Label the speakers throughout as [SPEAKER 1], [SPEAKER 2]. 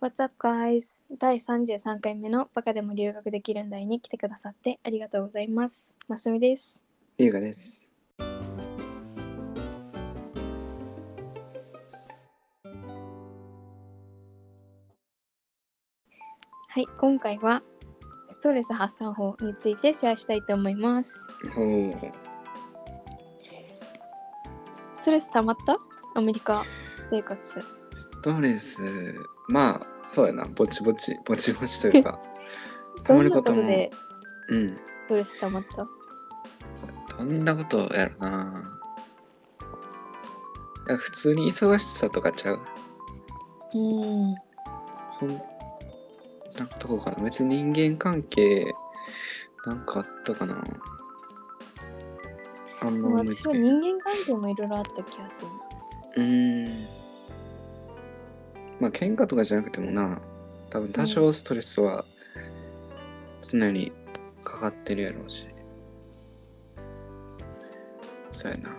[SPEAKER 1] What's up, guys? 第33回目のバカでも留学できるんだいに来てくださってありがとうございます。ますみです。
[SPEAKER 2] 優雅です。
[SPEAKER 1] はい、今回はストレス発散法についてシェアしたいと思います。
[SPEAKER 2] おお。
[SPEAKER 1] ストレス溜まったアメリカ生活。
[SPEAKER 2] ストレス、まあ、そうやな、ぼちぼち、ぼちぼちというか。
[SPEAKER 1] どんなことで
[SPEAKER 2] も。 うん。
[SPEAKER 1] ストレス溜まった
[SPEAKER 2] どんなことやろな。いや普通に忙しさとかちゃう。
[SPEAKER 1] うん。
[SPEAKER 2] そんなんかとこかな。別に人間関係、なんかあったかな。あんま思いつ
[SPEAKER 1] 私は
[SPEAKER 2] け
[SPEAKER 1] 人
[SPEAKER 2] ない。
[SPEAKER 1] 間関係もいろいろあった気がするな。
[SPEAKER 2] うーん。まあ、喧嘩とかじゃなくてもな、多分多少ストレスは常にかかってるやろうし。そうやな。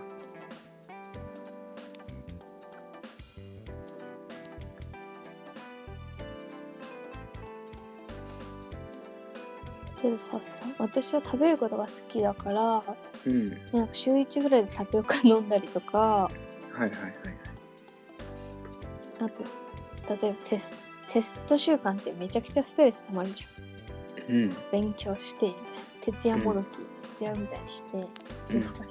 [SPEAKER 1] ストレス発散。私は食べることが好きだから、
[SPEAKER 2] うん。
[SPEAKER 1] なんか週1ぐらいでタピオカ飲んだりとか、
[SPEAKER 2] はいはいはい。
[SPEAKER 1] あと例えばテステスト週間ってめちゃくちゃストレス溜まるじゃん
[SPEAKER 2] うん。
[SPEAKER 1] 勉強してみたいな徹夜もどき、徹夜みたいにして
[SPEAKER 2] うん
[SPEAKER 1] 確か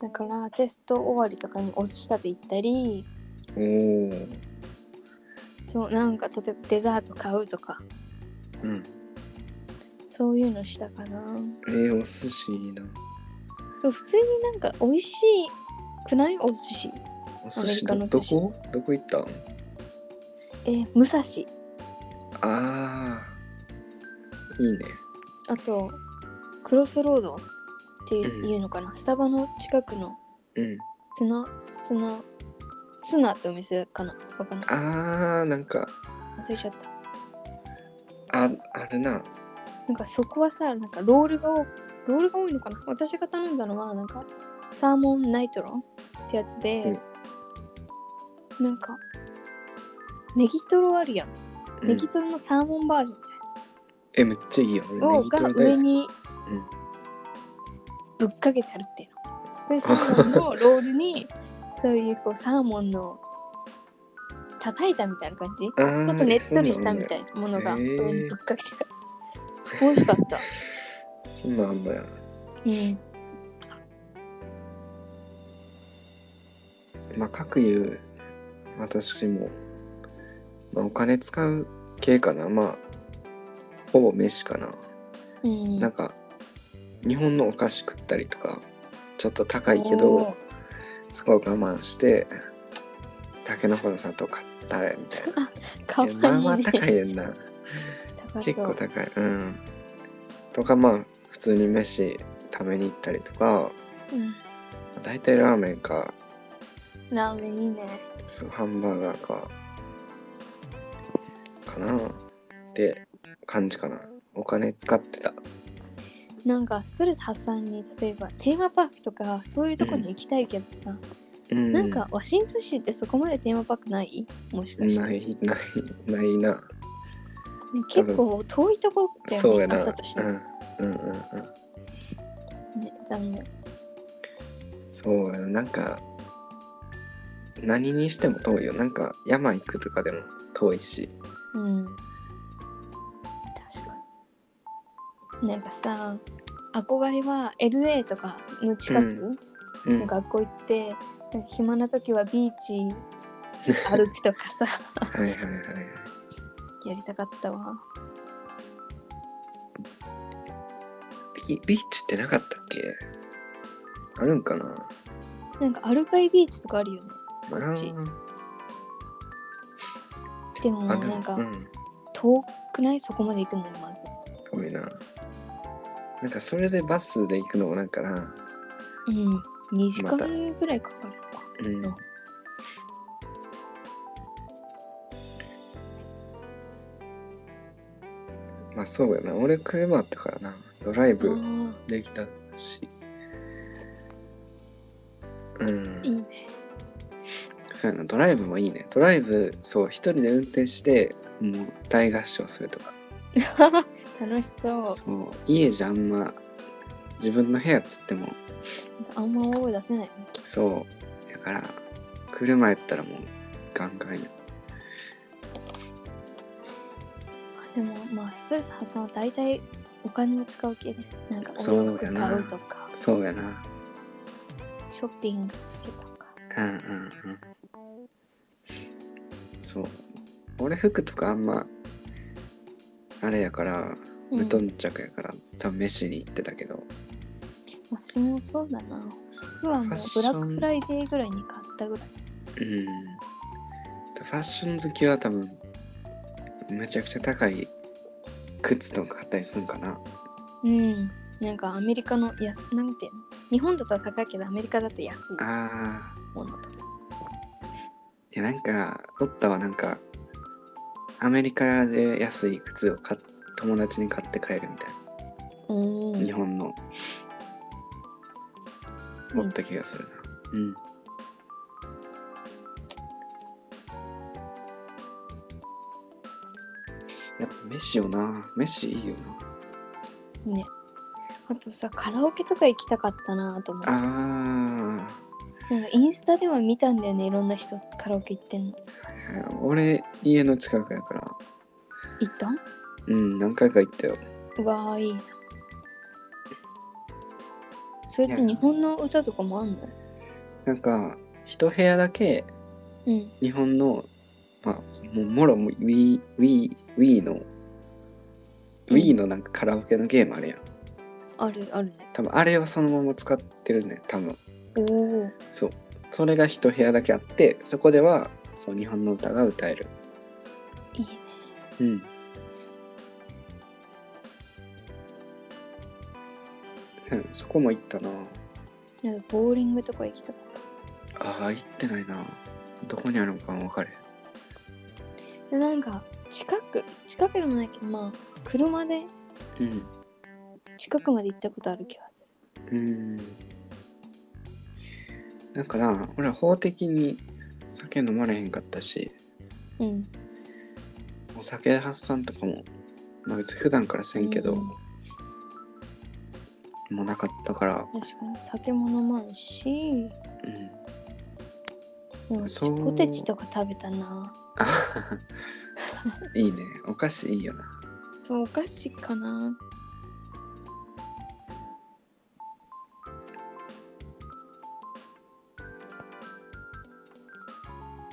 [SPEAKER 1] だからテスト終わりとかにお寿司食べ行ったり
[SPEAKER 2] おお。
[SPEAKER 1] そうなんか例えばデザート買うとか
[SPEAKER 2] うん。
[SPEAKER 1] そういうのしたかな
[SPEAKER 2] えー、お寿司いいな。
[SPEAKER 1] でも普通になんか美味しくないお寿司
[SPEAKER 2] お
[SPEAKER 1] ア
[SPEAKER 2] 寿
[SPEAKER 1] メ
[SPEAKER 2] 司
[SPEAKER 1] リカの
[SPEAKER 2] の
[SPEAKER 1] 寿
[SPEAKER 2] ど
[SPEAKER 1] 司
[SPEAKER 2] こどこ行ったん
[SPEAKER 1] えー武蔵
[SPEAKER 2] ああ。いいね。
[SPEAKER 1] あとクロスロードっていう,、
[SPEAKER 2] うん
[SPEAKER 1] のかなスタバの近くの
[SPEAKER 2] うん。
[SPEAKER 1] ツナツナツナってお店かなわかんない
[SPEAKER 2] ああ、なんか、
[SPEAKER 1] 忘れちゃった
[SPEAKER 2] あ、あるな。
[SPEAKER 1] なんかそこはさなんかロールが多ロールが多いのかな私が頼んだのはなんかサーモンナイトロってやつで、なんかネギトロあるやん、
[SPEAKER 2] うん
[SPEAKER 1] ネギトロのサーモンバージョンみ
[SPEAKER 2] え、めっちゃいいやん。
[SPEAKER 1] たいな
[SPEAKER 2] 俺ネ
[SPEAKER 1] の
[SPEAKER 2] ギト
[SPEAKER 1] が
[SPEAKER 2] ロ大
[SPEAKER 1] 上
[SPEAKER 2] 好き。
[SPEAKER 1] にぶっかけてあるっていうの 普通にサーモンのロールにそういうこうサーモンの叩いたみたいな感じ
[SPEAKER 2] あ
[SPEAKER 1] ちょっとねっとりしたみた
[SPEAKER 2] い
[SPEAKER 1] いなものが
[SPEAKER 2] へー
[SPEAKER 1] 上にぶっかけて ある。美味しかった。
[SPEAKER 2] な。そんなんあんだよ。
[SPEAKER 1] うん。
[SPEAKER 2] まあ、各有、私も、まあ、お金使う系かな。まあ、ほぼ飯かな。
[SPEAKER 1] うん、
[SPEAKER 2] なんか、日本のお菓子食ったりとか、ちょっと高いけど、そこは我慢して、タケノコの里買ったれ、みたいな。
[SPEAKER 1] おー。か わいい、ね。
[SPEAKER 2] いやまあまあ高いねんな。
[SPEAKER 1] 高そう
[SPEAKER 2] 結構高い。うん。とか、まあ、普通に飯食べに行ったりとか、
[SPEAKER 1] うん。
[SPEAKER 2] 大体ラーメンか、
[SPEAKER 1] ラーメンいいね。
[SPEAKER 2] そうハンバーガーかかなって感じかなお金使ってた
[SPEAKER 1] なんかストレス発散に例えばテーマパークとかそういうとこに行きたいけどさ、
[SPEAKER 2] うん
[SPEAKER 1] なんかワシントン州ってそこまでテーマパークないもしかして、
[SPEAKER 2] な
[SPEAKER 1] ね、
[SPEAKER 2] いないないな
[SPEAKER 1] 結構遠いとこだ
[SPEAKER 2] そう
[SPEAKER 1] よ
[SPEAKER 2] や
[SPEAKER 1] ね
[SPEAKER 2] な
[SPEAKER 1] あ
[SPEAKER 2] う
[SPEAKER 1] ったとしても、
[SPEAKER 2] んうんうんうん
[SPEAKER 1] ね、残念
[SPEAKER 2] そうやななんか何にしても遠いよなんか山行くとかでも遠いし
[SPEAKER 1] うん確かになんかさ憧れは LA とかの近く
[SPEAKER 2] う
[SPEAKER 1] の
[SPEAKER 2] ん
[SPEAKER 1] 学校行って、なんか暇な時はビーチ歩くとか さ
[SPEAKER 2] はいはいはい
[SPEAKER 1] やりたかったわ
[SPEAKER 2] ビビーチってなかったっけあるんかな
[SPEAKER 1] なんかアルカイビーチとかあるよね
[SPEAKER 2] あ
[SPEAKER 1] こっち
[SPEAKER 2] ー
[SPEAKER 1] でも
[SPEAKER 2] ある
[SPEAKER 1] なんか
[SPEAKER 2] うん
[SPEAKER 1] 遠くないそこまで行くのよまず
[SPEAKER 2] 多いな。なんかそれでバスで行くのもなんかな。
[SPEAKER 1] うん2時間
[SPEAKER 2] また
[SPEAKER 1] ぐらいかかるのか
[SPEAKER 2] うん。
[SPEAKER 1] うん
[SPEAKER 2] まあそうやな。俺車あったからな。ドライ
[SPEAKER 1] あ
[SPEAKER 2] ブ
[SPEAKER 1] ー
[SPEAKER 2] できたし。うん。
[SPEAKER 1] いいね
[SPEAKER 2] そうやなドライブもいいねドライブそう一人で運転してもう大合唱するとか
[SPEAKER 1] 楽しそう
[SPEAKER 2] そう家じゃあんま自分の部屋っつっても
[SPEAKER 1] あんま大声出せないよね
[SPEAKER 2] そうだから車やったらもうガンガンよ
[SPEAKER 1] あでもまあストレス発散は大体お金を使う系ねなんかお
[SPEAKER 2] そう
[SPEAKER 1] 洋服
[SPEAKER 2] やな
[SPEAKER 1] 買うとか
[SPEAKER 2] そうやな
[SPEAKER 1] ショッピングするとか
[SPEAKER 2] うんうんうんそう俺服とかあんまあれやから
[SPEAKER 1] うん
[SPEAKER 2] 無頓着やから、多分飯に行ってたけど
[SPEAKER 1] 私もそうだな
[SPEAKER 2] そう
[SPEAKER 1] 服はもう
[SPEAKER 2] フ
[SPEAKER 1] ブ
[SPEAKER 2] ァッション
[SPEAKER 1] ラックフライデーぐらいに買ったぐらい
[SPEAKER 2] うんファッション好きは多分めちゃくちゃ高い靴とか買ったりするんかな
[SPEAKER 1] うんなんかアメリカの安なんていうの日本だと高いけどアメリカだと安い
[SPEAKER 2] あー
[SPEAKER 1] ものとか
[SPEAKER 2] いやなんかロッタはなんかアメリカで安い靴を買っ友達に買って帰るみたい
[SPEAKER 1] うん
[SPEAKER 2] な日本の
[SPEAKER 1] うん
[SPEAKER 2] 持った気がするなうんやっぱ飯よな飯いいよ
[SPEAKER 1] ねあとさカラオケとか行きたかったなと思う
[SPEAKER 2] なああ
[SPEAKER 1] なんかインスタでは見たんだよねいろんな人カラオケ行ってんの
[SPEAKER 2] 俺家の近くやから
[SPEAKER 1] 行った
[SPEAKER 2] うん何回か行ったよ
[SPEAKER 1] うわーいいなそれって
[SPEAKER 2] ね
[SPEAKER 1] 日本の歌とかもあんの
[SPEAKER 2] なんか一部屋だけ
[SPEAKER 1] うん
[SPEAKER 2] 日本のまあもうもろも Wii Wii Wii の
[SPEAKER 1] うん
[SPEAKER 2] Wii のなんかカラオケのゲームあるやん
[SPEAKER 1] あるあるね
[SPEAKER 2] 多分あれはそのまま使ってるね多分
[SPEAKER 1] おお
[SPEAKER 2] そうそれが一部屋だけあってそこではそう日本の歌が歌える
[SPEAKER 1] いいね
[SPEAKER 2] うんうんそこも行ったな
[SPEAKER 1] なんかボーリングとか行きたかっ
[SPEAKER 2] ああ行ってないなどこにあるのかも分かれへん
[SPEAKER 1] たなんか近く近くでもないけどまあ車で
[SPEAKER 2] うん
[SPEAKER 1] 近くまで行ったことある気がする
[SPEAKER 2] うーんなんかな俺は法的に酒飲まれへんかったし
[SPEAKER 1] うん
[SPEAKER 2] お酒発散とかも、まあ、別に普段からせんけど、
[SPEAKER 1] うん
[SPEAKER 2] もうなかったから、
[SPEAKER 1] 確かに酒も飲まんし
[SPEAKER 2] うん、
[SPEAKER 1] でも
[SPEAKER 2] そう
[SPEAKER 1] ポテチとか食べたな
[SPEAKER 2] あははいいねお菓子いいよな
[SPEAKER 1] そうお菓子かな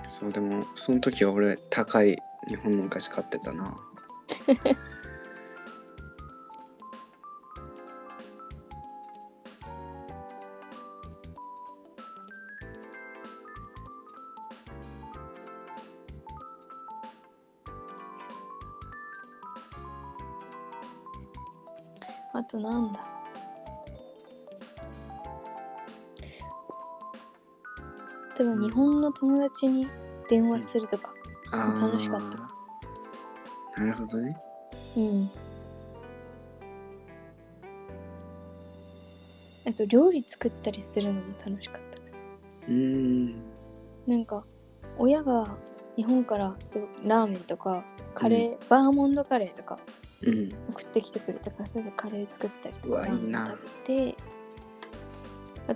[SPEAKER 2] そうでもその時は俺高い日本のお菓子買ってたな
[SPEAKER 1] あとなんだ例えば日本の友達に電話するとか
[SPEAKER 2] あー
[SPEAKER 1] 楽しかったな
[SPEAKER 2] なるほどね
[SPEAKER 1] うんあと料理作ったりするのも楽しかった
[SPEAKER 2] うーん
[SPEAKER 1] なんか親が日本からラーメンとかカレー、バーモンドカレーとか
[SPEAKER 2] うん
[SPEAKER 1] 送ってきてくれたからそれでカレー作ったりと
[SPEAKER 2] う
[SPEAKER 1] か
[SPEAKER 2] わ
[SPEAKER 1] ラーメン
[SPEAKER 2] いいな
[SPEAKER 1] 食べ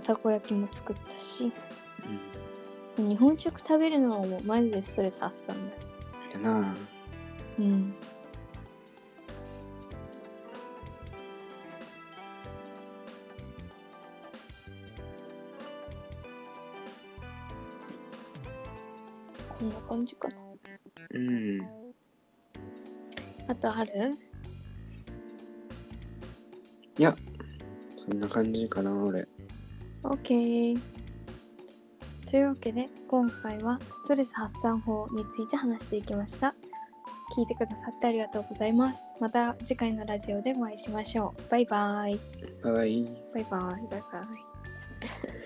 [SPEAKER 1] てたこ焼きも作ったし
[SPEAKER 2] うん
[SPEAKER 1] その日本食食べるのはもうマジでストレス発散だ
[SPEAKER 2] やな
[SPEAKER 1] うんこんな感じかな
[SPEAKER 2] うん
[SPEAKER 1] あとある
[SPEAKER 2] そんな感じかな俺
[SPEAKER 1] OK というわけで今回はストレス発散法について話していきました聞いてくださってありがとうございますまた次回のラジオでお会いしましょうバイバイ
[SPEAKER 2] バイ
[SPEAKER 1] バ
[SPEAKER 2] バイ
[SPEAKER 1] イバイバイバイ